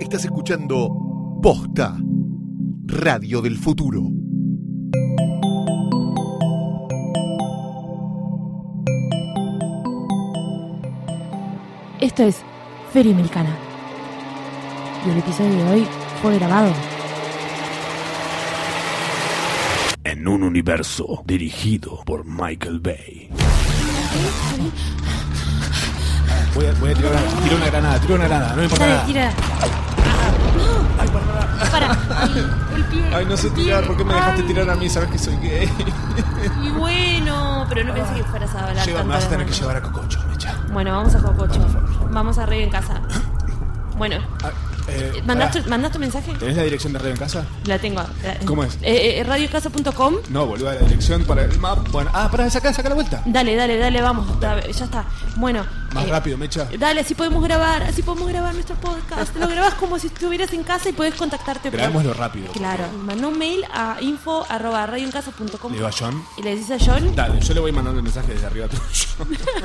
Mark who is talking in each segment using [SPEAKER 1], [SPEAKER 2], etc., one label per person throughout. [SPEAKER 1] Estás escuchando Posta, Radio del Futuro.
[SPEAKER 2] Esto es Feria Americana. Y el episodio de hoy fue grabado
[SPEAKER 3] en un universo dirigido por Michael Bay.
[SPEAKER 4] Voy a, voy a tirar una, tiro una granada, tiro una granada, no me importa
[SPEAKER 2] Dale,
[SPEAKER 4] nada.
[SPEAKER 2] tira. No. Para. Ay, el pie.
[SPEAKER 4] Ay, no sé
[SPEAKER 2] el pie.
[SPEAKER 4] tirar, ¿por qué me dejaste
[SPEAKER 2] Ay,
[SPEAKER 4] tirar a mí? Sabes que soy gay.
[SPEAKER 2] Y bueno, pero no pensé que fueras a hablar
[SPEAKER 4] Lleva
[SPEAKER 2] tanto
[SPEAKER 4] más
[SPEAKER 2] de
[SPEAKER 4] tener que
[SPEAKER 2] eso.
[SPEAKER 4] llevar a Cococho, mecha.
[SPEAKER 2] Bueno, vamos a Jococho. Vamos a Rey en casa. Bueno,
[SPEAKER 4] Ah, eh,
[SPEAKER 2] ¿mandás
[SPEAKER 4] pará.
[SPEAKER 2] tu, mandás tu mensaje?
[SPEAKER 4] ¿Tenés la dirección de Radio en casa?
[SPEAKER 2] La tengo. La-
[SPEAKER 4] ¿Cómo es?
[SPEAKER 2] Eh, eh, radiocasa.com.
[SPEAKER 4] No, boludo, la dirección para el map. Bueno, ah, pará, saca, saca la vuelta.
[SPEAKER 2] Dale, dale, dale, vamos. Dale, Ya está. Bueno.
[SPEAKER 4] Más
[SPEAKER 2] eh,
[SPEAKER 4] rápido, mecha.
[SPEAKER 2] Dale, así podemos grabar, así podemos grabar nuestro podcast. Lo grabás como si estuvieras en casa y podés contactarte. por-
[SPEAKER 4] Grabémoslo rápido.
[SPEAKER 2] Claro, mandó un mail a info.radioencasa.com
[SPEAKER 4] Le digo a John.
[SPEAKER 2] y le decís a John,
[SPEAKER 4] Dale, yo le voy mandando el mensaje desde arriba tuyo.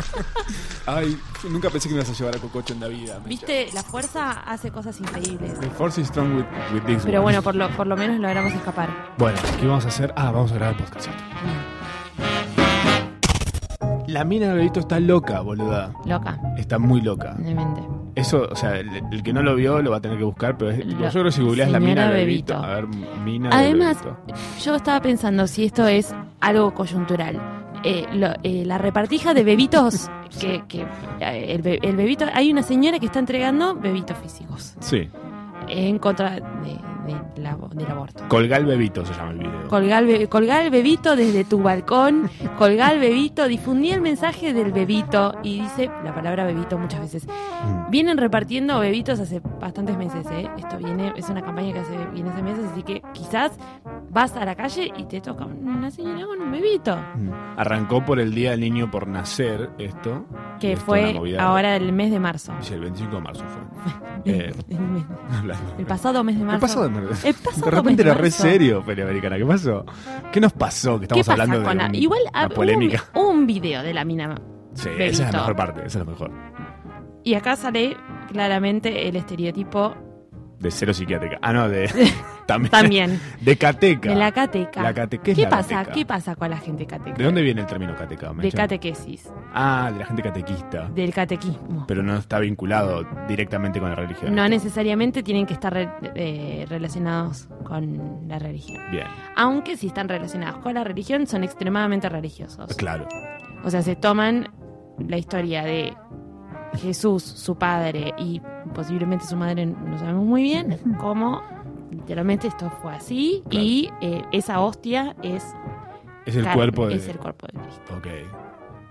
[SPEAKER 4] Ay, nunca pensé que me ibas a llevar a Cococho en la vida. mecha.
[SPEAKER 2] viste, la fuerza hace cosas increíbles.
[SPEAKER 4] The force is strong with, with this
[SPEAKER 2] Pero
[SPEAKER 4] one.
[SPEAKER 2] bueno, por lo, por lo menos logramos escapar.
[SPEAKER 4] Bueno, ¿qué vamos a hacer? Ah, vamos a grabar el podcast. ¿cierto? La mina del grito está loca, boluda.
[SPEAKER 2] Loca,
[SPEAKER 4] Está muy loca.
[SPEAKER 2] demente.
[SPEAKER 4] Eso, o sea, el, el que no lo vio lo va a tener que buscar, pero es, tipo,
[SPEAKER 2] La
[SPEAKER 4] yo creo que si googleas la mina
[SPEAKER 2] señora
[SPEAKER 4] de bebito.
[SPEAKER 2] Bebito.
[SPEAKER 4] A ver, mina
[SPEAKER 2] Además,
[SPEAKER 4] de bebito.
[SPEAKER 2] yo estaba pensando si esto es algo coyuntural. Eh, lo- eh, la repartija de bebitos, que, que, eh, el, be- el bebito, hay una señora que está entregando bebitos físicos
[SPEAKER 4] Sí,
[SPEAKER 2] en contra de, de la- del aborto.
[SPEAKER 4] colgá el bebito se llama el video.
[SPEAKER 2] Colgar, el bebito desde tu balcón, colgar el bebito, difundí el mensaje del bebito y dice la palabra bebito muchas veces.
[SPEAKER 4] Mm.
[SPEAKER 2] Vienen repartiendo bebitos hace bastantes meses, ¿eh? Esto viene, es una campaña que hace, viene hace meses, así que quizás vas a la calle y te toca una señora con un bebito,
[SPEAKER 4] Mm. Arrancó por el Día del Niño por Nacer esto.
[SPEAKER 2] que
[SPEAKER 4] Esto es
[SPEAKER 2] fue
[SPEAKER 4] una movida.
[SPEAKER 2] ahora el mes de marzo.
[SPEAKER 4] Sí, el 25 de marzo fue. Eh,
[SPEAKER 2] el, mes-
[SPEAKER 4] hablando-
[SPEAKER 2] el pasado mes de marzo.
[SPEAKER 4] ¿Qué pasó de marzo?
[SPEAKER 2] El pasado
[SPEAKER 4] De repente
[SPEAKER 2] mes de
[SPEAKER 4] era re
[SPEAKER 2] marzo.
[SPEAKER 4] serio, Feria Americana. ¿Qué pasó? ¿Qué nos pasó? Que
[SPEAKER 2] ¿Qué
[SPEAKER 4] estamos
[SPEAKER 2] pasa
[SPEAKER 4] hablando de
[SPEAKER 2] con la-
[SPEAKER 4] un-
[SPEAKER 2] Igual ah, uh,
[SPEAKER 4] una
[SPEAKER 2] hubo un-
[SPEAKER 4] polémica.
[SPEAKER 2] hubo un video de la mina
[SPEAKER 4] Sí, esa es
[SPEAKER 2] Bebito.
[SPEAKER 4] la mejor parte, esa es la mejor.
[SPEAKER 2] Y acá sale claramente el estereotipo
[SPEAKER 4] De cero psiquiátrica. Ah, no, de. También.
[SPEAKER 2] también
[SPEAKER 4] De cateca.
[SPEAKER 2] de la cateca.
[SPEAKER 4] La cate- ¿Qué, es
[SPEAKER 2] ¿Qué
[SPEAKER 4] la
[SPEAKER 2] pasa?
[SPEAKER 4] cateca?
[SPEAKER 2] ¿Qué pasa con la gente cateca?
[SPEAKER 4] ¿De dónde viene el término cateca?
[SPEAKER 2] De
[SPEAKER 4] Mecha?
[SPEAKER 2] catequesis,
[SPEAKER 4] Ah, de la gente catequista.
[SPEAKER 2] del catequismo.
[SPEAKER 4] Pero no está vinculado directamente con la religión.
[SPEAKER 2] No necesariamente tienen que estar re- eh, relacionados con la religión.
[SPEAKER 4] Bien,
[SPEAKER 2] Aunque si están relacionados con la religión, son extremadamente religiosos.
[SPEAKER 4] Ah, claro.
[SPEAKER 2] O sea, se toman la historia de Jesús, su padre y posiblemente su madre, no sabemos muy bien, como literalmente esto fue así
[SPEAKER 4] Claro.
[SPEAKER 2] y eh, esa hostia es,
[SPEAKER 4] Es el
[SPEAKER 2] car-
[SPEAKER 4] cuerpo de.
[SPEAKER 2] es el cuerpo de Cristo.
[SPEAKER 4] Ok.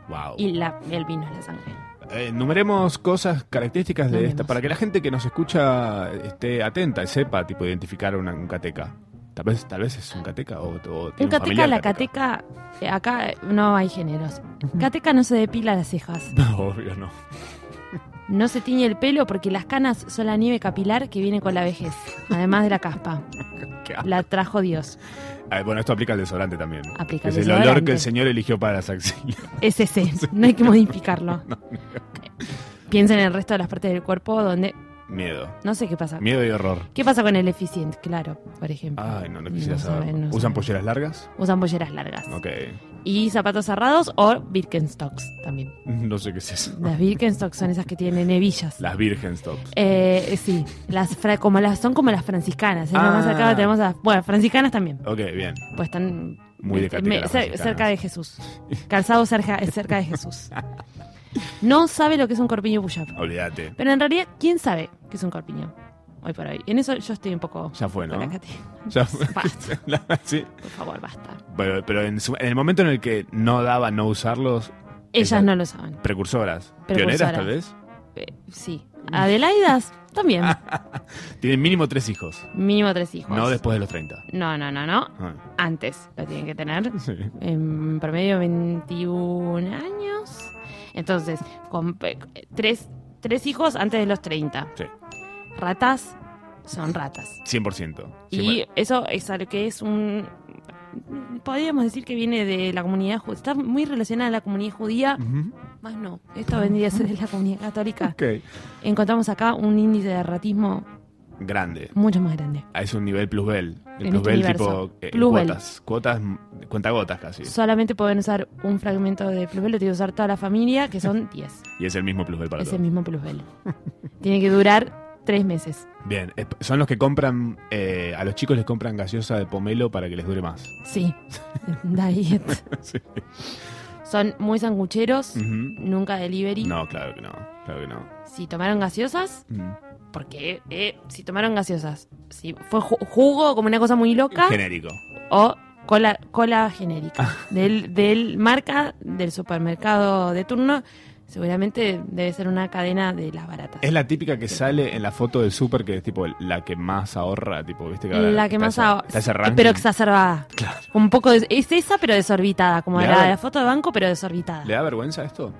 [SPEAKER 4] Wow.
[SPEAKER 2] Y la, el vino es la sangre.
[SPEAKER 4] Eh, Enumeremos cosas características de esta
[SPEAKER 2] Enumeremos.
[SPEAKER 4] para que la gente que nos escucha esté atenta y sepa, tipo, identificar una- un cateca. Tal vez, tal vez es un cateca o, o tiene
[SPEAKER 2] Un cateca,
[SPEAKER 4] familiar
[SPEAKER 2] la cateca, eh, acá no hay géneros. Cateca no se depila las cejas,
[SPEAKER 4] No, obvio no.
[SPEAKER 2] no se tiñe el pelo porque las canas son la nieve capilar que viene con la vejez, además de la caspa.
[SPEAKER 4] Qué asco.
[SPEAKER 2] La trajo Dios.
[SPEAKER 4] Ah, bueno, esto aplica al desodorante también.
[SPEAKER 2] Aplica al
[SPEAKER 4] es el olor
[SPEAKER 2] desodorante.
[SPEAKER 4] que el señor eligió para las axilas.
[SPEAKER 2] Es ese, no hay que modificarlo. Piensen en el resto de las partes del cuerpo donde
[SPEAKER 4] Miedo.
[SPEAKER 2] no sé qué pasa.
[SPEAKER 4] Miedo y horror.
[SPEAKER 2] ¿Qué pasa con el eficient? Claro, por ejemplo.
[SPEAKER 4] Ay, no, no quisiera saber.
[SPEAKER 2] saben, no
[SPEAKER 4] ¿Usan
[SPEAKER 2] saben.
[SPEAKER 4] polleras largas?
[SPEAKER 2] Usan bolleras largas.
[SPEAKER 4] Ok.
[SPEAKER 2] Y zapatos cerrados o Birkenstocks también.
[SPEAKER 4] No sé qué es eso.
[SPEAKER 2] Las Birkenstocks son esas que tienen hebillas.
[SPEAKER 4] Las Birkenstocks.
[SPEAKER 2] Eh, sí, las fra- como las son como las franciscanas. Es lo más
[SPEAKER 4] Ah.
[SPEAKER 2] cercano que tenemos a bueno, franciscanas también.
[SPEAKER 4] Ok, bien.
[SPEAKER 2] Pues están este,
[SPEAKER 4] Muy de cateca
[SPEAKER 2] me- cer-
[SPEAKER 4] las franciscanas.
[SPEAKER 2] cerca de Jesús. Calzado cerca, cerca de Jesús. No sabe lo que es un corpiño push
[SPEAKER 4] Olvídate.
[SPEAKER 2] Pero en realidad, ¿quién sabe qué es un corpiño? Hoy por hoy. En eso yo estoy un poco.
[SPEAKER 4] Ya fue, ¿no?
[SPEAKER 2] con la Cate.
[SPEAKER 4] Ya fue.
[SPEAKER 2] Basta,
[SPEAKER 4] La- sí.
[SPEAKER 2] por favor, basta.
[SPEAKER 4] Pero, pero en, su- en el momento en el que no daba no usarlos,
[SPEAKER 2] Ellas
[SPEAKER 4] Exacto.
[SPEAKER 2] no lo saben.
[SPEAKER 4] precursoras. Pioneras,
[SPEAKER 2] Precursoras.
[SPEAKER 4] tal vez.
[SPEAKER 2] Eh, sí.
[SPEAKER 4] Mm.
[SPEAKER 2] Adelaidas también.
[SPEAKER 4] Tienen mínimo tres hijos.
[SPEAKER 2] Mínimo tres hijos.
[SPEAKER 4] Ah. No después de los 30.
[SPEAKER 2] no, no, no, no.
[SPEAKER 4] Ah,
[SPEAKER 2] Antes lo tienen que tener.
[SPEAKER 4] sí.
[SPEAKER 2] en promedio 21 años. Entonces, con pe- tres, tres hijos antes de los 30.
[SPEAKER 4] Sí.
[SPEAKER 2] Ratas son ratas.
[SPEAKER 4] 100%.
[SPEAKER 2] Y eso es algo que es un... Podríamos decir que viene de la comunidad judía. Está muy relacionada a la comunidad judía,
[SPEAKER 4] Ujú.
[SPEAKER 2] más no. Esto vendría a ser de la comunidad católica.
[SPEAKER 4] Ok.
[SPEAKER 2] Encontramos acá un índice de ratismo
[SPEAKER 4] grande.
[SPEAKER 2] mucho más grande.
[SPEAKER 4] Ah, Es un nivel plusbel.
[SPEAKER 2] En
[SPEAKER 4] El plusbel
[SPEAKER 2] este
[SPEAKER 4] tipo
[SPEAKER 2] universo.
[SPEAKER 4] eh,
[SPEAKER 2] Plusbel.
[SPEAKER 4] cuotas. Cuotas, mm, cuentagotas casi.
[SPEAKER 2] Solamente pueden usar un fragmento de plusbel, lo tiene que usar toda la familia, que son 10.
[SPEAKER 4] Y es el mismo plusbel para
[SPEAKER 2] Es el
[SPEAKER 4] todos.
[SPEAKER 2] mismo plusbel. tiene que durar tres meses.
[SPEAKER 4] Bien, es- son los que compran, eh, a los chicos les compran gaseosa de pomelo para que les dure más.
[SPEAKER 2] Sí. Diet.
[SPEAKER 4] Sí.
[SPEAKER 2] Son muy sangucheros,
[SPEAKER 4] Ujú.
[SPEAKER 2] nunca delivery.
[SPEAKER 4] No, claro que no, claro que no.
[SPEAKER 2] Si tomaron gaseosas,
[SPEAKER 4] Mm.
[SPEAKER 2] porque eh, si tomaron gaseosas, si fue ju- jugo como una cosa muy loca
[SPEAKER 4] Genérico.
[SPEAKER 2] o cola, cola genérica
[SPEAKER 4] Ah.
[SPEAKER 2] del, del marca del supermercado de turno, seguramente debe ser una cadena de las baratas.
[SPEAKER 4] Es la típica que sale en la foto del súper que es tipo la que más ahorra, tipo, ¿viste? ahora
[SPEAKER 2] La que
[SPEAKER 4] está
[SPEAKER 2] más
[SPEAKER 4] esa-
[SPEAKER 2] hago-
[SPEAKER 4] Está ese ranking.
[SPEAKER 2] Pero exacerbada. Un poco de- es esa, pero desorbitada. Como
[SPEAKER 4] Le
[SPEAKER 2] la,
[SPEAKER 4] hago-
[SPEAKER 2] de la foto de banco, pero desorbitada.
[SPEAKER 4] ¿Le da vergüenza esto?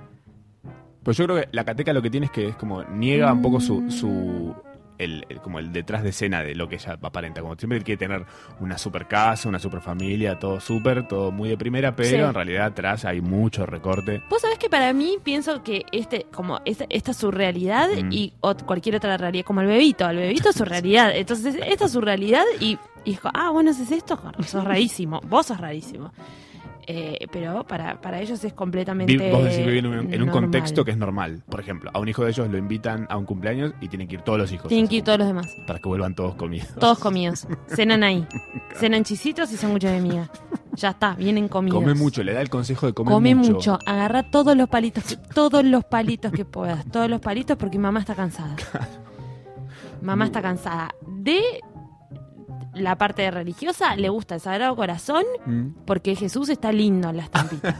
[SPEAKER 4] Pues yo creo que la cateca lo que tiene es que es como niega un poco su. su el, el- como el detrás de escena de lo que ella aparenta. Como siempre quiere tener una super casa, una super familia, todo súper, todo muy de primera, pero
[SPEAKER 2] Sí.
[SPEAKER 4] en realidad atrás hay mucho recorte.
[SPEAKER 2] Vos sabés que para mí pienso que este, como esta, esta es su realidad
[SPEAKER 4] Mm.
[SPEAKER 2] y ot- cualquier otra realidad, como el bebito, el bebito es su realidad. Entonces, esta es su realidad y, y dijo, ah, bueno, haces esto, Jorge, sos rarísimo, vos sos rarísimo. Eh, pero para, para ellos es completamente.
[SPEAKER 4] Vi- vos decís que viene en un, en un
[SPEAKER 2] normal.
[SPEAKER 4] contexto que es normal. Por ejemplo, a un hijo de ellos lo invitan a un cumpleaños y tienen que ir todos los hijos.
[SPEAKER 2] Tienen que ir todos los demás,
[SPEAKER 4] Para que vuelvan todos comidos.
[SPEAKER 2] todos comidos. Cenan ahí. Cenan chisitos y sándwiches de miga. Ya está, vienen comidos.
[SPEAKER 4] Come mucho, le da el consejo de comer
[SPEAKER 2] Come
[SPEAKER 4] mucho.
[SPEAKER 2] mucho, agarra todos los palitos, que- todos los palitos que puedas, todos los palitos porque mamá está cansada. Mamá está cansada de la parte de religiosa, le gusta el Sagrado Corazón
[SPEAKER 4] Mm.
[SPEAKER 2] porque Jesús está lindo en la estampita.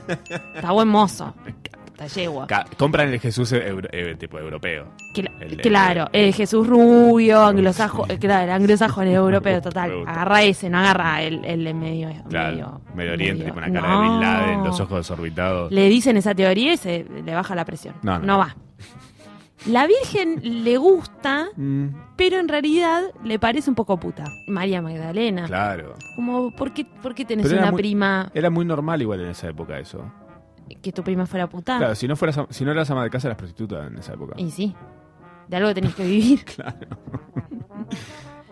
[SPEAKER 2] está buen mozo. Está yegua.
[SPEAKER 4] Ca- compran el Jesús euro- eh, tipo europeo.
[SPEAKER 2] Que la-
[SPEAKER 4] el- el-
[SPEAKER 2] claro, el Jesús rubio, anglosajo, eh, claro, anglosajón europeo,
[SPEAKER 4] Me
[SPEAKER 2] total.
[SPEAKER 4] gusta.
[SPEAKER 2] Agarra ese, no agarra el, el de medio.
[SPEAKER 4] Claro,
[SPEAKER 2] medio-
[SPEAKER 4] Medio, Oriente,
[SPEAKER 2] medio-
[SPEAKER 4] tipo una cara de Bin Laden,
[SPEAKER 2] No.
[SPEAKER 4] los ojos desorbitados.
[SPEAKER 2] le dicen esa teoría y se le baja la presión.
[SPEAKER 4] No, no.
[SPEAKER 2] va. La Virgen le gusta,
[SPEAKER 4] Mm,
[SPEAKER 2] pero en realidad le parece un poco puta. María Magdalena.
[SPEAKER 4] claro.
[SPEAKER 2] Como, ¿por qué, por qué tenés
[SPEAKER 4] Pero era
[SPEAKER 2] una
[SPEAKER 4] muy-
[SPEAKER 2] prima
[SPEAKER 4] Era muy normal igual en esa época eso.
[SPEAKER 2] que tu prima fuera puta?
[SPEAKER 4] Claro, si no fueras am- si no eras ama de casa eras prostituta en esa época.
[SPEAKER 2] Ah. Y sí. De algo tenés que vivir.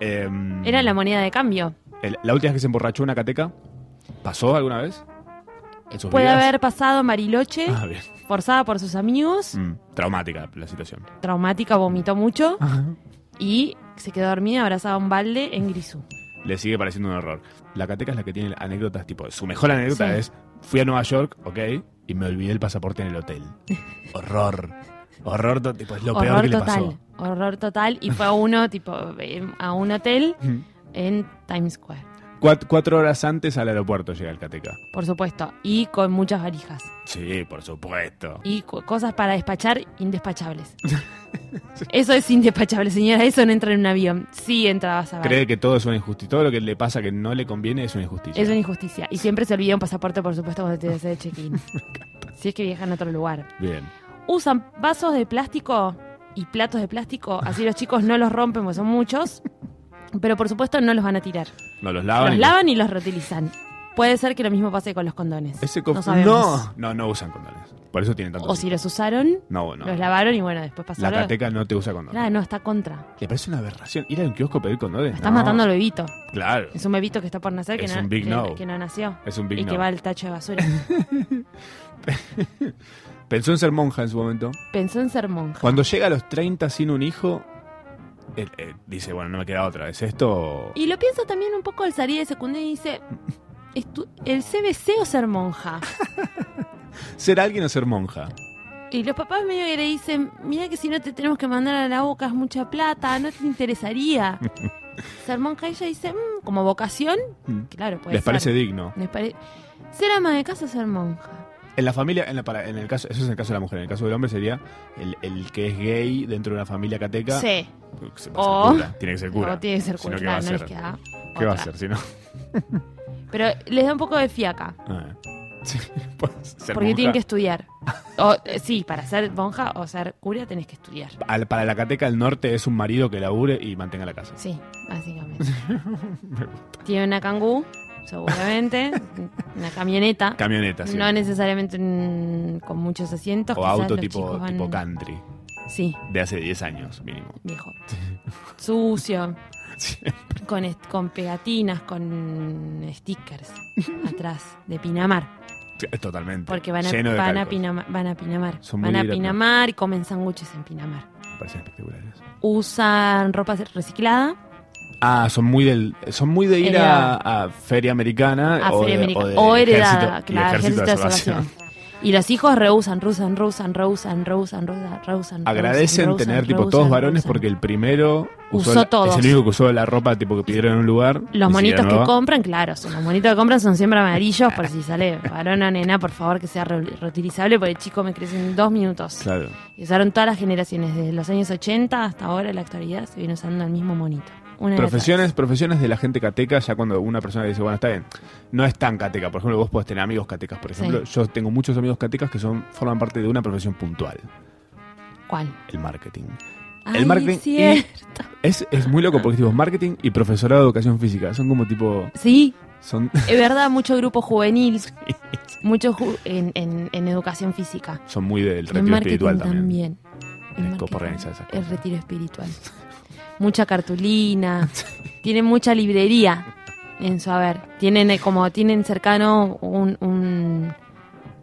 [SPEAKER 4] Em,
[SPEAKER 2] Era la moneda de cambio.
[SPEAKER 4] el- la última vez que se emborrachó una cateca, ¿pasó alguna vez? ¿En sus
[SPEAKER 2] Puede
[SPEAKER 4] vidas?
[SPEAKER 2] haber pasado Mariloche,
[SPEAKER 4] Ah, bien.
[SPEAKER 2] forzada por sus amigos,
[SPEAKER 4] Mm, traumática la situación.
[SPEAKER 2] traumática, vomitó mucho y se quedó dormida abrazada a un balde en Grisú.
[SPEAKER 4] le sigue pareciendo un error. La cateca es la que tiene anécdotas tipo, su mejor anécdota
[SPEAKER 2] Sí.
[SPEAKER 4] es, fui a Nueva York, ok, y me olvidé el pasaporte en el hotel. Horror. Horror, to- tipo, es lo peor
[SPEAKER 2] horror
[SPEAKER 4] que
[SPEAKER 2] total,
[SPEAKER 4] le pasó.
[SPEAKER 2] horror total. Y fue a uno, tipo, eh, a un hotel
[SPEAKER 4] Ujú.
[SPEAKER 2] en Times Square,
[SPEAKER 4] Cuat- cuatro horas antes al aeropuerto llega el cateca.
[SPEAKER 2] por supuesto. Y con muchas varijas.
[SPEAKER 4] Sí, por supuesto.
[SPEAKER 2] Y cu- cosas para despachar indespachables. Eso es indespachable, señora. Eso no entra en un avión. Sí entrabas a ver.
[SPEAKER 4] Cree que todo es una injusticia. Todo lo que le pasa que no le conviene es una injusticia.
[SPEAKER 2] Es una injusticia. Y siempre se olvida un pasaporte, por supuesto, cuando te hace el check-in. si es que viajan a otro lugar.
[SPEAKER 4] Bien.
[SPEAKER 2] usan vasos de plástico y platos de plástico, así los chicos no los rompen, porque son muchos, pero por supuesto no los van a tirar.
[SPEAKER 4] No, los
[SPEAKER 2] Los
[SPEAKER 4] lavan. y-
[SPEAKER 2] lavan y los reutilizan. Puede ser que lo mismo pase con los condones.
[SPEAKER 4] Ese
[SPEAKER 2] no
[SPEAKER 4] conf-
[SPEAKER 2] sabemos.
[SPEAKER 4] no, no, no usan condones. Por eso tienen tanto.
[SPEAKER 2] O si los usaron,
[SPEAKER 4] No, no.
[SPEAKER 2] los lavaron y bueno, después
[SPEAKER 4] La
[SPEAKER 2] pasaron.
[SPEAKER 4] cateca no te usa condones.
[SPEAKER 2] Claro, no, está contra.
[SPEAKER 4] Le parece una aberración. Ir a un kiosco a pedir condones.
[SPEAKER 2] Está
[SPEAKER 4] No.
[SPEAKER 2] matando al bebito.
[SPEAKER 4] Claro.
[SPEAKER 2] Es un bebito que está por nacer, que,
[SPEAKER 4] Es
[SPEAKER 2] no,
[SPEAKER 4] un big
[SPEAKER 2] que-
[SPEAKER 4] no.
[SPEAKER 2] que no nació.
[SPEAKER 4] Es un big
[SPEAKER 2] y que
[SPEAKER 4] no.
[SPEAKER 2] va al tacho de basura.
[SPEAKER 4] Pensó en ser monja en su momento.
[SPEAKER 2] Pensó en ser monja.
[SPEAKER 4] Cuando llega a los 30 sin un hijo, él, eh, dice, bueno, no me queda otra. ¿Es esto?
[SPEAKER 2] Y lo pienso también un poco al salir de secundaria y dice, "Estu- ¿el CBC o ser monja?
[SPEAKER 4] ¿Ser alguien o ser monja?
[SPEAKER 2] Y los papás medio que le dicen, mira que si no te tenemos que mandar a la boca es mucha plata, no te interesaría. ser monja ella dice, "Mm, como vocación,
[SPEAKER 4] Mm.
[SPEAKER 2] claro, puede
[SPEAKER 4] ¿Les
[SPEAKER 2] ser.
[SPEAKER 4] parece digno?
[SPEAKER 2] Les pare- Ser ama de casa, ser monja.
[SPEAKER 4] En la familia, en, la, para- en el caso, eso es en el caso de la mujer, en el caso del hombre sería el, el que es gay dentro de una familia cateca.
[SPEAKER 2] Sí,
[SPEAKER 4] Se
[SPEAKER 2] O-
[SPEAKER 4] pasa cura. Tiene que ser cura.
[SPEAKER 2] o tiene que ser
[SPEAKER 4] Si no,
[SPEAKER 2] cura,
[SPEAKER 4] ¿qué va a
[SPEAKER 2] no
[SPEAKER 4] hacer?
[SPEAKER 2] les queda
[SPEAKER 4] ¿Qué va
[SPEAKER 2] otra.
[SPEAKER 4] a hacer si no?
[SPEAKER 2] Pero les da un poco de fiaca,
[SPEAKER 4] Ah, sí, pues, ser
[SPEAKER 2] porque
[SPEAKER 4] monja.
[SPEAKER 2] tienen que estudiar. O, eh, sí, para ser monja o ser cura tenés que estudiar.
[SPEAKER 4] Al- para la cateca, el norte es un marido que labure y mantenga la casa.
[SPEAKER 2] Sí, básicamente. Tiene una cangú, seguramente, una camioneta.
[SPEAKER 4] Camioneta, sí.
[SPEAKER 2] No necesariamente mm, con muchos asientos.
[SPEAKER 4] o
[SPEAKER 2] quizás
[SPEAKER 4] auto
[SPEAKER 2] los
[SPEAKER 4] tipo,
[SPEAKER 2] chicos van-
[SPEAKER 4] tipo country.
[SPEAKER 2] Sí,
[SPEAKER 4] de hace 10 años mínimo.
[SPEAKER 2] viejo. Sucio.
[SPEAKER 4] Sí.
[SPEAKER 2] Con, est- con pegatinas, con stickers atrás de Pinamar.
[SPEAKER 4] Totalmente.
[SPEAKER 2] Porque van a,
[SPEAKER 4] Lleno de
[SPEAKER 2] van a,
[SPEAKER 4] calcos.
[SPEAKER 2] Pinama- van a Pinamar.
[SPEAKER 4] Son muy
[SPEAKER 2] van a
[SPEAKER 4] hidratados.
[SPEAKER 2] Pinamar y comen sándwiches en Pinamar.
[SPEAKER 4] Me parecen espectaculares.
[SPEAKER 2] Usan ropa reciclada.
[SPEAKER 4] Ah, son muy del, son muy de ir a, a feria americana
[SPEAKER 2] a
[SPEAKER 4] o,
[SPEAKER 2] Feria
[SPEAKER 4] de-
[SPEAKER 2] America-
[SPEAKER 4] de
[SPEAKER 2] o
[SPEAKER 4] ejército,
[SPEAKER 2] heredada,
[SPEAKER 4] y
[SPEAKER 2] claro, ejército de salvación. Y los hijos rehusan, rehusan, rehusan, rehusan, rehusan, rehusan, rehusan.
[SPEAKER 4] Agradecen
[SPEAKER 2] rehusan,
[SPEAKER 4] tener tipo
[SPEAKER 2] rehusan,
[SPEAKER 4] todos varones
[SPEAKER 2] rehusan.
[SPEAKER 4] porque el primero
[SPEAKER 2] Usó
[SPEAKER 4] la-
[SPEAKER 2] todos.
[SPEAKER 4] es el único que usó la ropa tipo que pidieron en un lugar.
[SPEAKER 2] los
[SPEAKER 4] y
[SPEAKER 2] monitos
[SPEAKER 4] siguieron,
[SPEAKER 2] que
[SPEAKER 4] ¿no?
[SPEAKER 2] compran, claro, son los monitos que compran son siempre amarillos por si sale varón o nena, por favor que sea re- reutilizable porque el chico me crece en dos minutos.
[SPEAKER 4] Claro.
[SPEAKER 2] Y usaron todas las generaciones, desde los años 80 hasta ahora en la actualidad se viene usando el mismo monito. Una y otra
[SPEAKER 4] Profesiones, profesiones de la gente cateca, ya cuando una persona dice, bueno, está bien, no es tan cateca. Por ejemplo, vos podés tener amigos catecas, por ejemplo. Yo tengo muchos amigos catecas que son, forman parte de una profesión puntual,
[SPEAKER 2] vez. ¿Cuál?
[SPEAKER 4] el marketing.
[SPEAKER 2] Ay,
[SPEAKER 4] marketing y-
[SPEAKER 2] cierto.
[SPEAKER 4] Es, es muy loco porque tipo marketing y profesorado de educación física. Son como tipo.
[SPEAKER 2] Sí,
[SPEAKER 4] Son,
[SPEAKER 2] es verdad, mucho grupo juvenil, mucho ju- en- en- en educación física.
[SPEAKER 4] son muy del
[SPEAKER 2] El
[SPEAKER 4] retiro
[SPEAKER 2] marketing
[SPEAKER 4] espiritual también.
[SPEAKER 2] El
[SPEAKER 4] Es copa
[SPEAKER 2] marketing,
[SPEAKER 4] organizar esas
[SPEAKER 2] el
[SPEAKER 4] cosas.
[SPEAKER 2] retiro espiritual. Mucha cartulina. tienen mucha librería en su haber. Tienen eh, como tienen cercano un, un-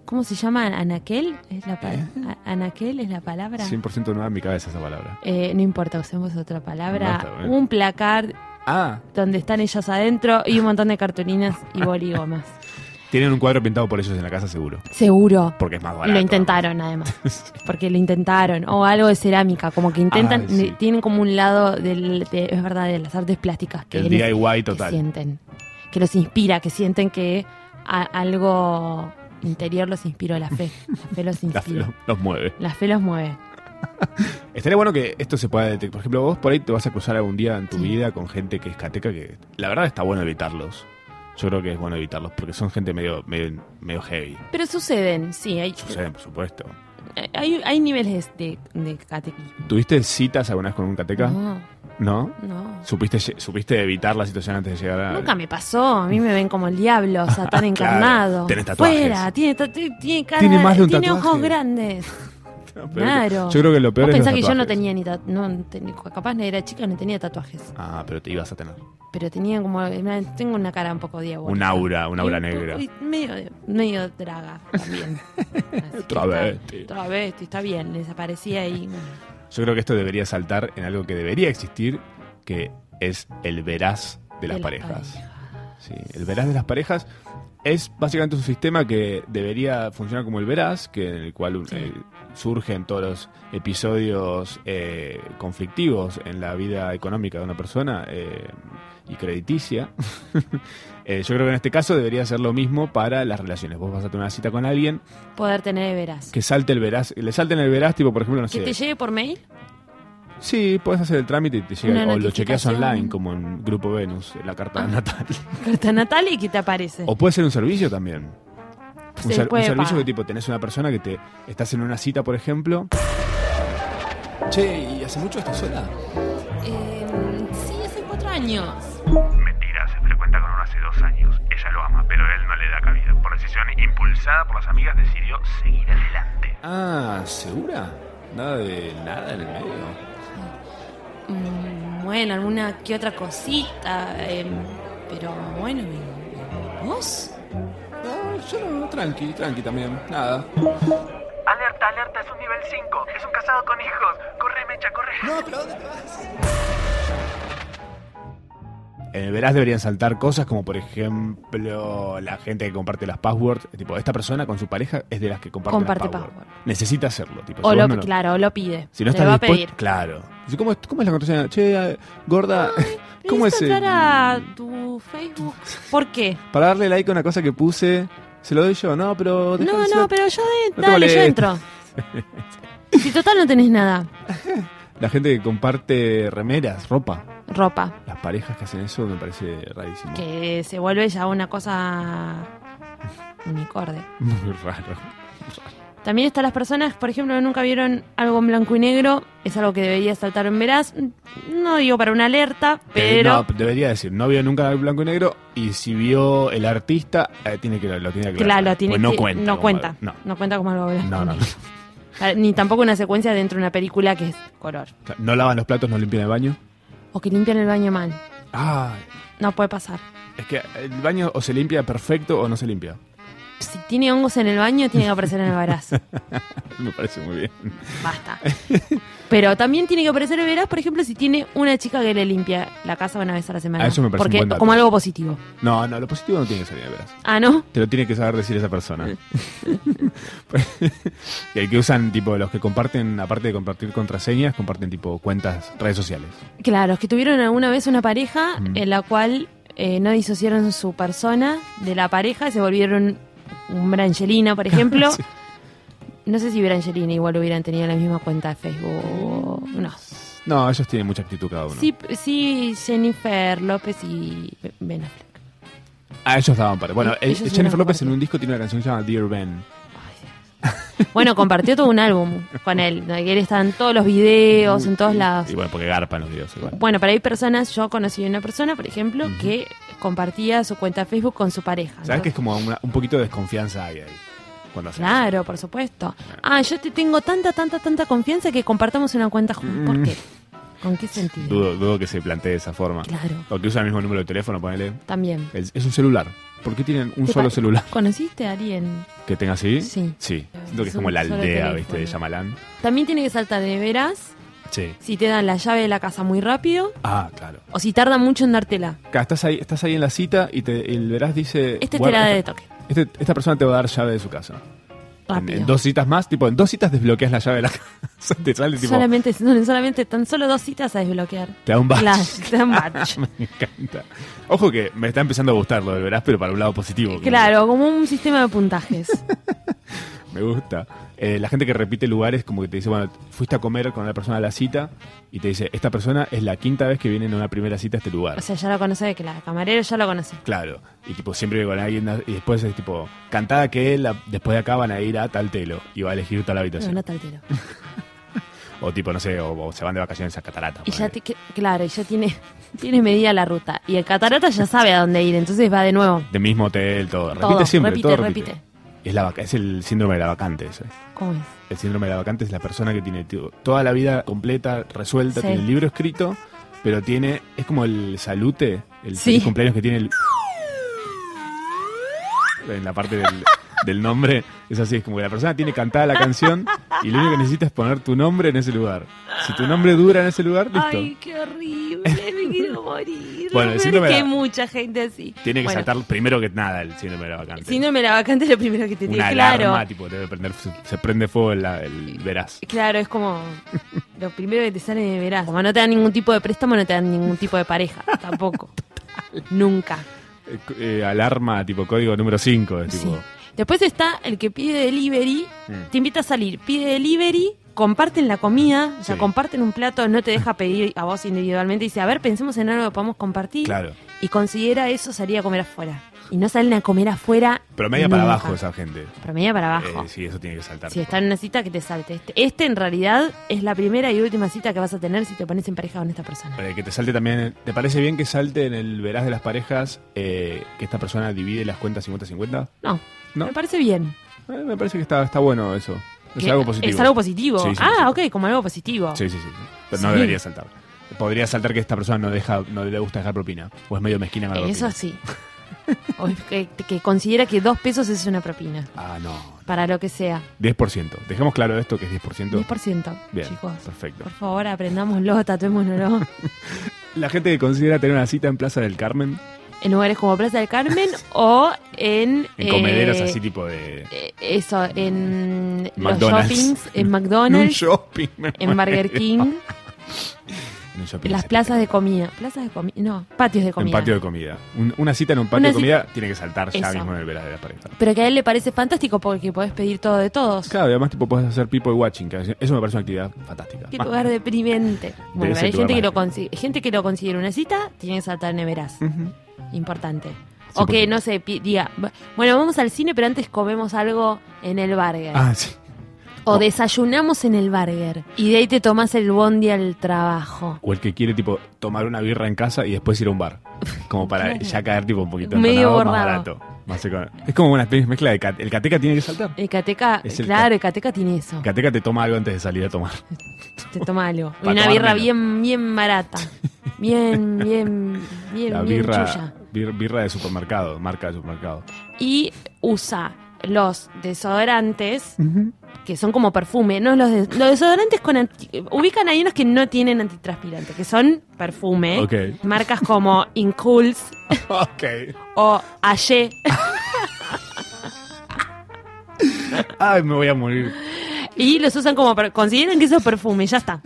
[SPEAKER 2] ¿cómo se llama? Anaquel es la pa-
[SPEAKER 4] ¿Eh?
[SPEAKER 2] a- anaquel es la palabra.
[SPEAKER 4] 100% nueva en mi cabeza esa palabra.
[SPEAKER 2] Eh, no importa, usemos otra palabra.
[SPEAKER 4] No, está bien.
[SPEAKER 2] un placard
[SPEAKER 4] Ah,
[SPEAKER 2] donde están ellos adentro y un montón de cartulinas y boligomas.
[SPEAKER 4] tienen un cuadro pintado por ellos en la casa seguro.
[SPEAKER 2] Seguro.
[SPEAKER 4] Porque es más barato.
[SPEAKER 2] Lo intentaron, además. Porque lo intentaron. O algo de cerámica. Como que intentan.
[SPEAKER 4] Ay, sí.
[SPEAKER 2] Tienen como un lado, del, de- es verdad, de las artes plásticas que,
[SPEAKER 4] El
[SPEAKER 2] les-
[SPEAKER 4] DIY
[SPEAKER 2] que
[SPEAKER 4] total.
[SPEAKER 2] sienten. Que los inspira, que sienten que a- algo interior los inspiró. La fe. La fe los
[SPEAKER 4] La fe
[SPEAKER 2] inspira.
[SPEAKER 4] los, los mueve.
[SPEAKER 2] La fe los mueve.
[SPEAKER 4] Estaría bueno que esto se pueda detectar. Por ejemplo, vos por ahí te vas a cruzar algún día en tu
[SPEAKER 2] Sí.
[SPEAKER 4] vida con gente que es cateca que. La verdad está bueno evitarlos. Yo creo que es bueno evitarlos porque son gente medio, medio, medio heavy.
[SPEAKER 2] Pero suceden, sí. Hay, eh,
[SPEAKER 4] Suceden, por supuesto.
[SPEAKER 2] hay, hay niveles de, de catequismo.
[SPEAKER 4] ¿Tuviste citas alguna vez con un cateca?
[SPEAKER 2] No,
[SPEAKER 4] ¿No?
[SPEAKER 2] no.
[SPEAKER 4] ¿Supiste, lle- supiste evitar la situación antes de llegar a.
[SPEAKER 2] Nunca me pasó, a mí me ven como el diablo, o sea, tan encarnado.
[SPEAKER 4] Tenés tatuajes.
[SPEAKER 2] Fuera, tiene, ta- ti- tiene cara,
[SPEAKER 4] Tiene más de un
[SPEAKER 2] tiene ojos
[SPEAKER 4] tatuaje.
[SPEAKER 2] grandes.
[SPEAKER 4] No, pero-
[SPEAKER 2] Claro.
[SPEAKER 4] Yo creo que lo peor
[SPEAKER 2] Vos
[SPEAKER 4] es. los
[SPEAKER 2] pensás que yo no
[SPEAKER 4] tatuajes.
[SPEAKER 2] tenía ni tatuajes, no, tenía- capaz no era chica, no tenía tatuajes.
[SPEAKER 4] Ah, pero te ibas a tener.
[SPEAKER 2] Pero tenía como, una- tengo una cara un poco diabólica.
[SPEAKER 4] Un aura, un
[SPEAKER 2] Y
[SPEAKER 4] aura
[SPEAKER 2] poco-
[SPEAKER 4] negra.
[SPEAKER 2] y medio, de- medio draga también. Así que
[SPEAKER 4] Travesti.
[SPEAKER 2] está- Travesti, está bien, desaparecía ahí.
[SPEAKER 4] Yo creo que esto debería saltar en algo que debería existir, que es el veraz de las parejas. Sí, el veraz de las parejas es básicamente un sistema que debería funcionar como el veraz, que en el cual
[SPEAKER 2] Sí.
[SPEAKER 4] eh, surgen todos los episodios eh, conflictivos en la vida económica de una persona eh, y crediticia. Eh, yo creo que en este caso debería ser lo mismo para las relaciones. Vos vas a tener una cita con alguien
[SPEAKER 2] Poder tener de veras.
[SPEAKER 4] que salte el veraz, le salten el veraz, tipo por ejemplo, no
[SPEAKER 2] Que
[SPEAKER 4] sé,
[SPEAKER 2] te llegue por mail.
[SPEAKER 4] Sí, puedes hacer el trámite y te llega.
[SPEAKER 2] Una
[SPEAKER 4] O lo chequeas
[SPEAKER 2] notificación.
[SPEAKER 4] online, como en Grupo Venus, en la carta
[SPEAKER 2] Ah.
[SPEAKER 4] natal.
[SPEAKER 2] Carta natal y que te aparece.
[SPEAKER 4] O puede ser un servicio también. Un,
[SPEAKER 2] Se
[SPEAKER 4] ser- un
[SPEAKER 2] puede
[SPEAKER 4] servicio
[SPEAKER 2] pagar.
[SPEAKER 4] que tipo, tenés una persona que te. Estás en una cita, por ejemplo. Che, ¿y hace mucho estás sola?
[SPEAKER 2] Eh, sí, hace cuatro años.
[SPEAKER 5] Mentira, se frecuenta con uno hace dos años. Ella lo ama, pero él no le da cabida. Por decisión impulsada por las amigas, decidió seguir adelante.
[SPEAKER 4] Ah, ¿segura? Nada de nada en el medio.
[SPEAKER 2] Mm, Bueno, alguna que otra cosita, em, pero bueno, ¿y ¿vos?
[SPEAKER 4] No, yo no, tranqui, tranqui también. Nada.
[SPEAKER 5] Alerta, alerta, es un nivel 5. Es un casado con hijos. Corre, mecha, corre.
[SPEAKER 4] En el veraz Eh, deberían saltar cosas como, por ejemplo, la gente que comparte las passwords. Eh, Tipo, esta persona con su pareja es de las que comparte,
[SPEAKER 2] Comparte
[SPEAKER 4] las passwords.
[SPEAKER 2] password.
[SPEAKER 4] Necesita hacerlo. Tipo,
[SPEAKER 2] O
[SPEAKER 4] si
[SPEAKER 2] lo,
[SPEAKER 4] vos no lo-
[SPEAKER 2] Claro, o lo pide.
[SPEAKER 4] Pues Si no
[SPEAKER 2] Te
[SPEAKER 4] estás
[SPEAKER 2] lo va a
[SPEAKER 4] dispuesto-
[SPEAKER 2] pedir.
[SPEAKER 4] Claro. Dice, ¿Cómo es, cómo es la contraseña? Che, eh, gorda, ¿cómo es?
[SPEAKER 2] ¿Puedes
[SPEAKER 4] eh,
[SPEAKER 2] entrar a tu Facebook? ¿Por qué?
[SPEAKER 4] Para darle like a una cosa que puse, se lo doy yo. No, pero... dejá
[SPEAKER 2] No,
[SPEAKER 4] de-
[SPEAKER 2] no, pero yo
[SPEAKER 4] te
[SPEAKER 2] de, dale, yo
[SPEAKER 4] molestes.
[SPEAKER 2] entro. Si total no tenés nada,
[SPEAKER 4] La gente que comparte remeras, ropa.
[SPEAKER 2] ropa,
[SPEAKER 4] Las parejas que hacen eso me parece rarísimo.
[SPEAKER 2] que se vuelve ya una cosa unicorde.
[SPEAKER 4] Muy raro.
[SPEAKER 2] También están las personas, por ejemplo, que nunca vieron algo en blanco y negro, es algo que debería saltar en veraz. No digo para una alerta,
[SPEAKER 4] Eh,
[SPEAKER 2] pero...
[SPEAKER 4] no, debería decir, no vio nunca el blanco y negro y si vio el artista, eh, tiene que, lo tiene que aclarar.
[SPEAKER 2] Claro, tiene
[SPEAKER 4] Pues no
[SPEAKER 2] que-
[SPEAKER 4] cuenta.
[SPEAKER 2] No
[SPEAKER 4] como-
[SPEAKER 2] cuenta.
[SPEAKER 4] No.
[SPEAKER 2] No cuenta como algo blanco.
[SPEAKER 4] No, no.
[SPEAKER 2] Para- Ni tampoco una secuencia dentro de una película que es color.
[SPEAKER 4] No lavan los platos, no limpian el baño.
[SPEAKER 2] O que limpian el baño mal.
[SPEAKER 4] Ah,
[SPEAKER 2] No puede pasar.
[SPEAKER 4] es que el baño o se limpia perfecto o no se limpia.
[SPEAKER 2] Si tiene hongos en el baño, tiene que aparecer en el varaz.
[SPEAKER 4] Me parece muy bien.
[SPEAKER 2] Basta. Pero también tiene que aparecer el veraz, por ejemplo, si tiene una chica que le limpia la casa una vez a la semana.
[SPEAKER 4] Ah, eso me parece
[SPEAKER 2] Porque,
[SPEAKER 4] un buen dato.
[SPEAKER 2] como algo positivo.
[SPEAKER 4] No, no, lo positivo no tiene que salir de veras.
[SPEAKER 2] Ah, ¿no?
[SPEAKER 4] Te lo tiene que saber decir esa persona. y el que usan, tipo, los que comparten, aparte de compartir contraseñas, comparten, tipo, cuentas, redes sociales.
[SPEAKER 2] Claro, los que tuvieron alguna vez una pareja
[SPEAKER 4] Mm.
[SPEAKER 2] en la cual eh, no disociaron su persona de la pareja, se volvieron un Brangelina, por ejemplo.
[SPEAKER 4] Ah, Sí.
[SPEAKER 2] No sé si Brangelina igual hubieran tenido la misma cuenta de Facebook. o- No.
[SPEAKER 4] No, ellos tienen mucha actitud cada uno.
[SPEAKER 2] Sí, sí, Jennifer López y Ben Affleck.
[SPEAKER 4] Ah, ellos daban para. Bueno,
[SPEAKER 2] Ellos
[SPEAKER 4] eh,
[SPEAKER 2] eran
[SPEAKER 4] Jennifer López
[SPEAKER 2] compartidos.
[SPEAKER 4] en un disco tiene una canción que se llama Dear Ben.
[SPEAKER 2] Ay, Dios. Bueno, compartió todo un álbum con él. ¿no? Y Él está en todos los videos, en todos lados.
[SPEAKER 4] Y bueno, porque garpan los videos igual.
[SPEAKER 2] Bueno, pero hay personas, yo conocí una persona, por ejemplo, que compartía su cuenta de Facebook con su pareja.
[SPEAKER 4] ¿Sabes que
[SPEAKER 2] Entonces,
[SPEAKER 4] es como una- un poquito de desconfianza hay ahí? Cuando hacen eso.
[SPEAKER 2] Claro, por supuesto. Ah, yo te tengo tanta, tanta, tanta confianza que compartamos una cuenta juntos. ¿Por
[SPEAKER 4] Mm.
[SPEAKER 2] qué? ¿Con qué sentido?
[SPEAKER 4] Dudo, dudo que se plantee de esa forma.
[SPEAKER 2] Claro,
[SPEAKER 4] O que usa el mismo número de teléfono, ponele.
[SPEAKER 2] también.
[SPEAKER 4] Es, es un celular. ¿Por qué tienen un
[SPEAKER 2] ¿Te
[SPEAKER 4] solo
[SPEAKER 2] pa-
[SPEAKER 4] celular
[SPEAKER 2] ¿Conociste a alguien?
[SPEAKER 4] que tenga así?
[SPEAKER 2] Sí.
[SPEAKER 4] Sí. Siento que es
[SPEAKER 2] Es un
[SPEAKER 4] como la
[SPEAKER 2] solo
[SPEAKER 4] aldea,
[SPEAKER 2] teléfono.
[SPEAKER 4] ¿viste? De Yamalán.
[SPEAKER 2] También tiene que saltar de veras
[SPEAKER 4] Sí.
[SPEAKER 2] si te dan la llave de la casa muy rápido
[SPEAKER 4] Ah, claro.
[SPEAKER 2] o si tarda mucho en dártela.
[SPEAKER 4] Acá estás ahí, estás ahí en la cita y te, el verás dice.
[SPEAKER 2] Este
[SPEAKER 4] "Guarda,
[SPEAKER 2] te la da de
[SPEAKER 4] esta,
[SPEAKER 2] toque.
[SPEAKER 4] este- esta persona te va a dar llave de su casa. En,
[SPEAKER 2] Rápido.
[SPEAKER 4] en dos citas más, tipo, en dos citas desbloqueas la llave de la casa. te sale tipo.
[SPEAKER 2] solamente, no, solamente, tan solo dos citas a desbloquear.
[SPEAKER 4] Te da un batch.
[SPEAKER 2] Claro, te dan batch.
[SPEAKER 4] Me encanta. Ojo que me está empezando a gustar lo del verás, pero para un lado positivo. como
[SPEAKER 2] Claro, como un sistema de puntajes.
[SPEAKER 4] que Me gusta. Eh, la gente que repite lugares, como que te dice, bueno, fuiste a comer con una persona a la cita y te dice, esta persona es la quinta vez que viene en una primera cita a este lugar.
[SPEAKER 2] O sea, ya lo conoce, que la camarera ya lo conoce.
[SPEAKER 4] Claro, y tipo siempre con alguien y después es tipo, cantada que la- después de acá van a ir a tal telo y va a elegir tal
[SPEAKER 2] Pero
[SPEAKER 4] habitación.
[SPEAKER 2] no tal tiro.
[SPEAKER 4] O tipo, no sé, o, o se van de vacaciones a Catarata.
[SPEAKER 2] Y ya,
[SPEAKER 4] ponele.
[SPEAKER 2] te- que- claro, y ya tiene, tiene medida la ruta. Y el catarata ya sabe a dónde ir, entonces va de nuevo.
[SPEAKER 4] Del mismo hotel, todo.
[SPEAKER 2] Todo,
[SPEAKER 4] repite siempre,
[SPEAKER 2] repite,
[SPEAKER 4] todo repite.
[SPEAKER 2] repite.
[SPEAKER 4] Es, la vaca- es el síndrome de la vacante ese.
[SPEAKER 2] ¿Cómo es?
[SPEAKER 4] El síndrome de la vacante es la persona que tiene tipo, toda la vida completa, resuelta,
[SPEAKER 2] Sí.
[SPEAKER 4] tiene el libro escrito, pero tiene, es como el salute, el
[SPEAKER 2] Sí.
[SPEAKER 4] feliz cumpleaños que tiene el... En la parte del, del nombre, es así, es como que la persona tiene cantada la canción y lo único que necesita es poner tu nombre en ese lugar. Si tu nombre dura en ese lugar, listo.
[SPEAKER 2] Ay, qué horrible, me quiero morir.
[SPEAKER 4] Bueno, el
[SPEAKER 2] Pero
[SPEAKER 4] síndrome
[SPEAKER 2] es que
[SPEAKER 4] de
[SPEAKER 2] hay
[SPEAKER 4] la-
[SPEAKER 2] mucha gente así.
[SPEAKER 4] Tiene que
[SPEAKER 2] Bueno,
[SPEAKER 4] saltar primero que nada el síndrome de la vacante.
[SPEAKER 2] Síndrome de la vacante es lo primero que te
[SPEAKER 4] Una
[SPEAKER 2] tiene. Claro.
[SPEAKER 4] alarma, tipo, debe prender, se, se prende fuego el, el verás.
[SPEAKER 2] Claro, es como lo primero que te sale de veras. Como no te dan ningún tipo de préstamo, no te dan ningún tipo de pareja, tampoco. Nunca.
[SPEAKER 4] Eh, c- eh, alarma, tipo código número 5, es tipo...
[SPEAKER 2] Sí. Después está el que pide delivery,
[SPEAKER 4] Mm.
[SPEAKER 2] te invita a salir, pide delivery, comparten la comida, o sea,
[SPEAKER 4] Sí.
[SPEAKER 2] comparten un plato, no te deja pedir a vos individualmente, dice, a ver, pensemos en algo que podamos compartir.
[SPEAKER 4] Claro.
[SPEAKER 2] Y considera eso salir a comer afuera. Y no salen a comer afuera.
[SPEAKER 4] Promedia para abajo esa gente.
[SPEAKER 2] Promedia para abajo.
[SPEAKER 4] Eh, sí, eso tiene que saltar.
[SPEAKER 2] Si está en una cita, que te salte. Este, este, en realidad es la primera y última cita que vas a tener si te pones en pareja con esta persona.
[SPEAKER 4] Eh, que te salte también. ¿Te parece bien que salte en el verás de las parejas eh, que esta persona divide las cuentas 50-50?
[SPEAKER 2] No,
[SPEAKER 4] ¿No?
[SPEAKER 2] me parece bien.
[SPEAKER 4] Eh, me parece que está, está bueno eso. Es
[SPEAKER 2] Que
[SPEAKER 4] algo positivo.
[SPEAKER 2] Es algo positivo.
[SPEAKER 4] Sí, sí,
[SPEAKER 2] ah,
[SPEAKER 4] sí.
[SPEAKER 2] ok, como algo positivo.
[SPEAKER 4] Sí, sí, sí. sí. Pero no
[SPEAKER 2] Sí.
[SPEAKER 4] debería saltar. Podría saltar que esta persona no deja no le gusta dejar propina. O es medio mezquina con la
[SPEAKER 2] Eso
[SPEAKER 4] propina.
[SPEAKER 2] sí. O es que, que considera que dos pesos es una propina.
[SPEAKER 4] Ah, no.
[SPEAKER 2] Para lo que sea.
[SPEAKER 4] 10%. Dejemos claro esto que es 10%.
[SPEAKER 2] 10%.
[SPEAKER 4] Bien,
[SPEAKER 2] Chicos,
[SPEAKER 4] perfecto.
[SPEAKER 2] por favor, aprendámoslo, tatuémonoslo.
[SPEAKER 4] La gente que considera tener una cita en Plaza del Carmen,
[SPEAKER 2] en lugares como Plaza del Carmen o en.
[SPEAKER 4] en comederos
[SPEAKER 2] eh,
[SPEAKER 4] así tipo de...
[SPEAKER 2] eh, Eso, en
[SPEAKER 4] McDonald's.
[SPEAKER 2] los shoppings, en
[SPEAKER 4] En un
[SPEAKER 2] McDonald's,
[SPEAKER 4] shopping. me
[SPEAKER 2] en Burger
[SPEAKER 4] muero.
[SPEAKER 2] King,
[SPEAKER 4] En un shopping
[SPEAKER 2] en las
[SPEAKER 4] así.
[SPEAKER 2] plazas de comida. Plazas de comida, no, patios de
[SPEAKER 4] En
[SPEAKER 2] comida.
[SPEAKER 4] patio de comida. Un- una cita en un patio
[SPEAKER 2] Una
[SPEAKER 4] de comida tiene que saltar ya
[SPEAKER 2] Eso.
[SPEAKER 4] mismo en el verás de la pareja.
[SPEAKER 2] Pero que a él le parece fantástico porque podés pedir todo de todos.
[SPEAKER 4] Claro, y además tipo puedes hacer people watching, que eso me parece una actividad fantástica.
[SPEAKER 2] Qué
[SPEAKER 4] Ah,
[SPEAKER 2] lugar deprimente. Bueno,
[SPEAKER 4] ese
[SPEAKER 2] hay
[SPEAKER 4] lugar
[SPEAKER 2] gente que, lo
[SPEAKER 4] más
[SPEAKER 2] consi- gente que lo considera una cita, tiene que saltar neveras.
[SPEAKER 4] ujú.
[SPEAKER 2] Importante.
[SPEAKER 4] Mm. Sí,
[SPEAKER 2] O que,
[SPEAKER 4] porque-
[SPEAKER 2] no sé, pi- diga, "Bu- bueno, vamos al cine, pero antes comemos algo en el burger.
[SPEAKER 4] Ah, sí.
[SPEAKER 2] o
[SPEAKER 4] no.
[SPEAKER 2] desayunamos en el burger. Y de ahí te tomás el bondi al trabajo.
[SPEAKER 4] O el que quiere tipo tomar una birra en casa y después ir a un bar. Como para
[SPEAKER 2] Claro.
[SPEAKER 4] ya caer tipo un poquito
[SPEAKER 2] Medio
[SPEAKER 4] entonado, más
[SPEAKER 2] borrado.
[SPEAKER 4] barato. Más eco- Es como una especie de mezcla de cate- el cateca tiene que saltar.
[SPEAKER 2] Ecateca,
[SPEAKER 4] Es el
[SPEAKER 2] claro,
[SPEAKER 4] ca-
[SPEAKER 2] Ecateca tiene eso.
[SPEAKER 4] El cateca te toma algo antes de salir a tomar.
[SPEAKER 2] Te toma algo. Y
[SPEAKER 4] Para
[SPEAKER 2] una
[SPEAKER 4] tomar
[SPEAKER 2] birra
[SPEAKER 4] menos.
[SPEAKER 2] bien, bien barata. Bien, bien, bien,
[SPEAKER 4] La
[SPEAKER 2] bien
[SPEAKER 4] birra,
[SPEAKER 2] chulla.
[SPEAKER 4] bir- birra de supermercado, marca de supermercado.
[SPEAKER 2] Y usa los desodorantes, que son como perfume. No, los, des- los desodorantes con anti- ubican ahí unos que no tienen antitranspirante, que son perfume.
[SPEAKER 4] Ok.
[SPEAKER 2] Marcas como Inculse
[SPEAKER 4] ok.
[SPEAKER 2] o Allé.
[SPEAKER 4] Ay, me voy a morir.
[SPEAKER 2] Y los usan como. per- Consideran que eso es perfume, ya está.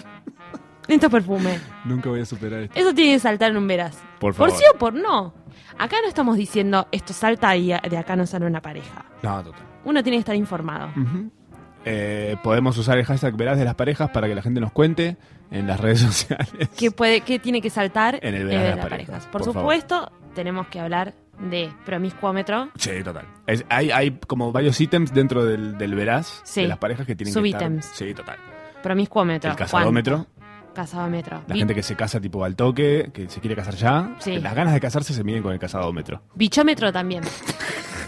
[SPEAKER 2] Esto es perfume.
[SPEAKER 4] Nunca voy a superar esto.
[SPEAKER 2] Eso tiene que saltar en un veraz.
[SPEAKER 4] Por favor.
[SPEAKER 2] sí o por no. Acá no estamos diciendo esto salta y a- de acá no sale una pareja.
[SPEAKER 4] No, total.
[SPEAKER 2] Uno tiene que estar informado.
[SPEAKER 4] Ujú. Eh, podemos usar el hashtag veraz de las parejas para que la gente nos cuente en las redes sociales.
[SPEAKER 2] ¿Qué, puede, qué tiene que saltar
[SPEAKER 4] En el
[SPEAKER 2] de
[SPEAKER 4] veraz de
[SPEAKER 2] las
[SPEAKER 4] las
[SPEAKER 2] parejas?
[SPEAKER 4] parejas,
[SPEAKER 2] Por,
[SPEAKER 4] por favor.
[SPEAKER 2] supuesto, tenemos que hablar de promiscuómetro.
[SPEAKER 4] Sí, total. Es- hay, hay como varios ítems dentro del, del veraz
[SPEAKER 2] Sí.
[SPEAKER 4] de las parejas que tienen que estar.
[SPEAKER 2] Subítems.
[SPEAKER 4] Sí, total.
[SPEAKER 2] Promiscuómetro.
[SPEAKER 4] El casadómetro,
[SPEAKER 2] ¿Cuánto? Casadómetro.
[SPEAKER 4] la
[SPEAKER 2] Bi-
[SPEAKER 4] gente que se casa tipo al toque, que se quiere casar ya.
[SPEAKER 2] Sí.
[SPEAKER 4] Las ganas de casarse se miden con el casadómetro.
[SPEAKER 2] Bichómetro también.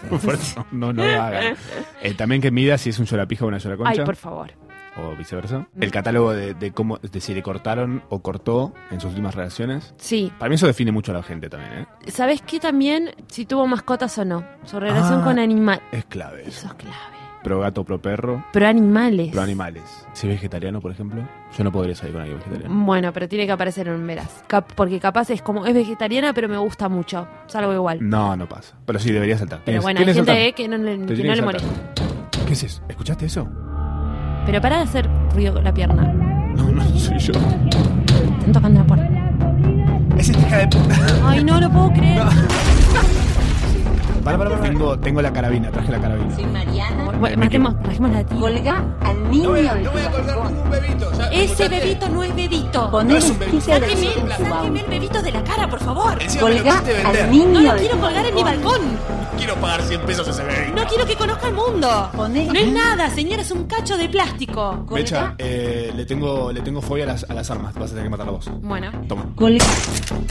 [SPEAKER 4] Por eso no, no lo hagan. Eh, también que mida si es un llorapija o una lloraconcha.
[SPEAKER 2] Ay, por Mm. favor.
[SPEAKER 4] o viceversa. El catálogo de, de cómo, de si le cortaron o cortó en sus últimas relaciones.
[SPEAKER 2] Sí.
[SPEAKER 4] Para mí eso define mucho a la gente también, ¿eh?
[SPEAKER 2] ¿Sabes qué también? Si tuvo mascotas o no. Su relación
[SPEAKER 4] Ah.
[SPEAKER 2] con animales.
[SPEAKER 4] Es clave.
[SPEAKER 2] Eso es clave.
[SPEAKER 4] Pro gato, pro perro,
[SPEAKER 2] Pero animales.
[SPEAKER 4] pro animales. Si es vegetariano, por ejemplo, yo no podría salir con alguien vegetariano.
[SPEAKER 2] Bueno, pero tiene que aparecer en un veraz. Cap- porque capaz es como, es vegetariana, pero me gusta mucho. Salgo igual.
[SPEAKER 4] No, no pasa. Pero sí, debería saltar.
[SPEAKER 2] pero
[SPEAKER 4] Tienes-
[SPEAKER 2] bueno, hay
[SPEAKER 4] tienes
[SPEAKER 2] gente
[SPEAKER 4] Mm. saltar.
[SPEAKER 2] eh, que no le,
[SPEAKER 4] Te
[SPEAKER 2] que
[SPEAKER 4] tiene
[SPEAKER 2] no le
[SPEAKER 4] que
[SPEAKER 2] molesta.
[SPEAKER 4] saltar. ¿Qué es eso? ¿Escuchaste eso?
[SPEAKER 2] Pero para de hacer ruido con la pierna.
[SPEAKER 4] No, no, soy yo.
[SPEAKER 2] Están tocando la puerta.
[SPEAKER 4] Es esta hija de puta.
[SPEAKER 2] Ay, no lo puedo creer.
[SPEAKER 4] Para, para, para. Tengo, tengo la carabina, traje la carabina.
[SPEAKER 6] Soy Mariana.
[SPEAKER 2] Bueno, Marquemos, trajimos la tía.
[SPEAKER 6] Colga al niño del plafón.
[SPEAKER 2] Ese bebito no es bebito.
[SPEAKER 6] Poner sticker de
[SPEAKER 2] Sáqueme,
[SPEAKER 6] en su baúl.
[SPEAKER 2] sáqueme el bebito de la cara, por favor.
[SPEAKER 6] Colga al niño
[SPEAKER 2] No lo
[SPEAKER 6] del
[SPEAKER 2] quiero colgar en mi
[SPEAKER 6] plafón.
[SPEAKER 2] balcón. No quiero pagar 100 pesos ese bebé. No quiero que conozca el mundo.
[SPEAKER 6] Poné-
[SPEAKER 2] No es nada, señora, es un cacho de plástico.
[SPEAKER 4] Mecha, eh, le tengo, le tengo fobia a las, a las armas. Vas a tener que matar a vos.
[SPEAKER 2] Bueno.
[SPEAKER 4] Toma.
[SPEAKER 6] Colga.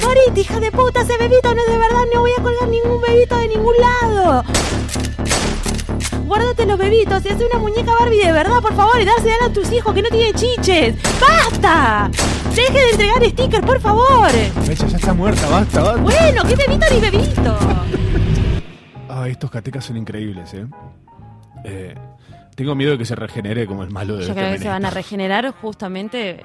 [SPEAKER 2] Corita, hija de puta, ese bebito no es de verdad, no voy a colgar ningún bebito de ningún lado. Guárdate los bebitos y hace una muñeca Barbie de verdad, por favor, y dársela a tus hijos que no tienen chiches. ¡Basta! Deje de entregar stickers, por favor.
[SPEAKER 4] Mecha, ya está muerta, basta, basta.
[SPEAKER 2] Bueno, ¿qué bebito ni bebito?
[SPEAKER 4] Ay, estos catecas son increíbles, ¿eh? Eh, Tengo miedo de que se regenere como el malo de
[SPEAKER 2] Yo
[SPEAKER 4] este
[SPEAKER 2] creo que se
[SPEAKER 4] menester.
[SPEAKER 2] van a regenerar justamente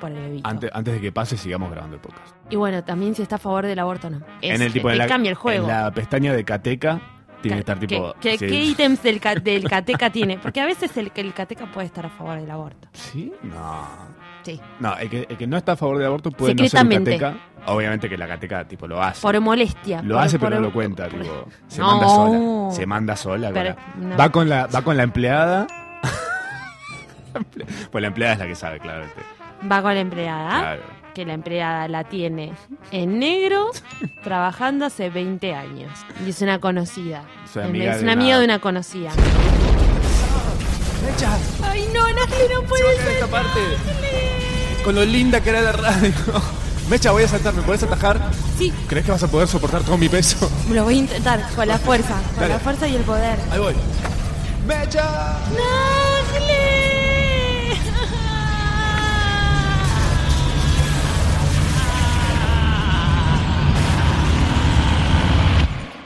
[SPEAKER 2] por el bebito.
[SPEAKER 4] Antes, antes de que pase, sigamos grabando el podcast.
[SPEAKER 2] Y bueno, también si está a favor del aborto no.
[SPEAKER 4] en el tipo de la,
[SPEAKER 2] cambia el juego.
[SPEAKER 4] En la pestaña de cateca tiene que estar tipo.
[SPEAKER 2] ¿Qué,
[SPEAKER 4] sí.
[SPEAKER 2] qué ítems del, ca- del cateca tiene? Porque a veces el, el cateca puede estar a favor del aborto.
[SPEAKER 4] ¿Sí? No.
[SPEAKER 2] Sí.
[SPEAKER 4] No, el que, el que no está a favor del aborto puede no ser un
[SPEAKER 2] Secretamente.
[SPEAKER 4] cateca. Obviamente que la cateca tipo lo hace.
[SPEAKER 2] Por molestia.
[SPEAKER 4] Lo
[SPEAKER 2] por-
[SPEAKER 4] hace pero
[SPEAKER 2] por-
[SPEAKER 4] no lo cuenta,
[SPEAKER 2] por-
[SPEAKER 4] tipo, se
[SPEAKER 2] No.
[SPEAKER 4] manda sola, se manda sola. con
[SPEAKER 2] Pero,
[SPEAKER 4] la-
[SPEAKER 2] no.
[SPEAKER 4] va, con la, va con la empleada. pues la empleada es la que sabe, claramente.
[SPEAKER 2] Va con la empleada,
[SPEAKER 4] Claro.
[SPEAKER 2] que la empleada la tiene en negro, trabajando hace 20 años. Y es una conocida.
[SPEAKER 4] Soy
[SPEAKER 2] En
[SPEAKER 4] amiga
[SPEAKER 2] vez- es
[SPEAKER 4] de
[SPEAKER 2] una
[SPEAKER 4] una-
[SPEAKER 2] amiga de una conocida. ¡Ay, no, Nájile, no puede ser!
[SPEAKER 4] esta parte. Con lo linda que era la radio. Mecha, voy a saltar, ¿me podés atajar?
[SPEAKER 2] Sí,
[SPEAKER 4] ¿Crees que vas a poder soportar todo mi peso?
[SPEAKER 2] lo voy a intentar, con la fuerza, con
[SPEAKER 4] Dale.
[SPEAKER 2] la fuerza y el poder.
[SPEAKER 4] Ahí voy. ¡Mecha!
[SPEAKER 2] ¡Nájile!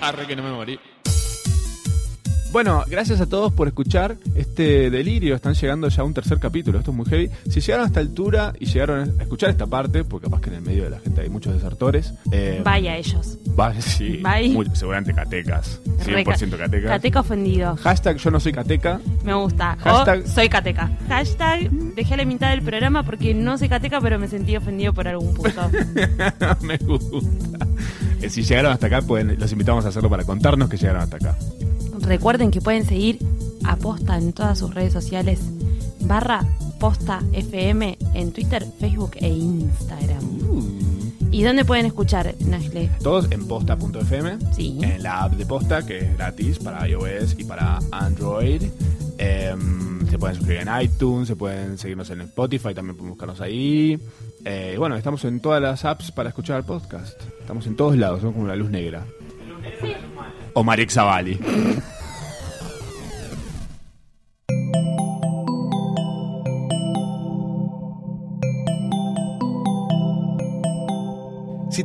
[SPEAKER 4] Arre que no me morí. Bueno, gracias a todos por escuchar este delirio. Están llegando ya a un tercer capítulo. Esto es muy heavy. Si llegaron a esta altura y llegaron a escuchar esta parte, porque capaz que en el medio de la gente hay muchos desertores. eh,
[SPEAKER 2] Vaya ellos.
[SPEAKER 4] va- sí,
[SPEAKER 2] Bye.
[SPEAKER 4] muy- seguramente catecas. 100%
[SPEAKER 2] Reca-
[SPEAKER 4] catecas.
[SPEAKER 2] Cateca ofendido.
[SPEAKER 4] Hashtag yo no soy cateca.
[SPEAKER 2] Me gusta.
[SPEAKER 4] Hashtag-
[SPEAKER 2] O soy cateca. Hashtag dejé la mitad del programa porque no soy cateca, pero me sentí ofendido por algún punto.
[SPEAKER 4] me gusta. Eh, Si llegaron hasta acá, pueden, los invitamos a hacerlo para contarnos que llegaron hasta acá.
[SPEAKER 2] Recuerden que pueden seguir a Posta en todas sus redes sociales. Barra Posta FM en Twitter, Facebook e Instagram. ¿Y dónde pueden escuchar, Nashle?
[SPEAKER 4] Uh, Todos en posta.fm.
[SPEAKER 2] Sí.
[SPEAKER 4] en la app de Posta, que es gratis para iOS y para Android. Em, se pueden suscribir en iTunes, se pueden seguirnos en Spotify, también pueden buscarnos ahí. Eh, y bueno, estamos en todas las apps para escuchar podcast. Estamos en todos lados, somos como la luz negra. o Marek Zavalli.
[SPEAKER 1] Si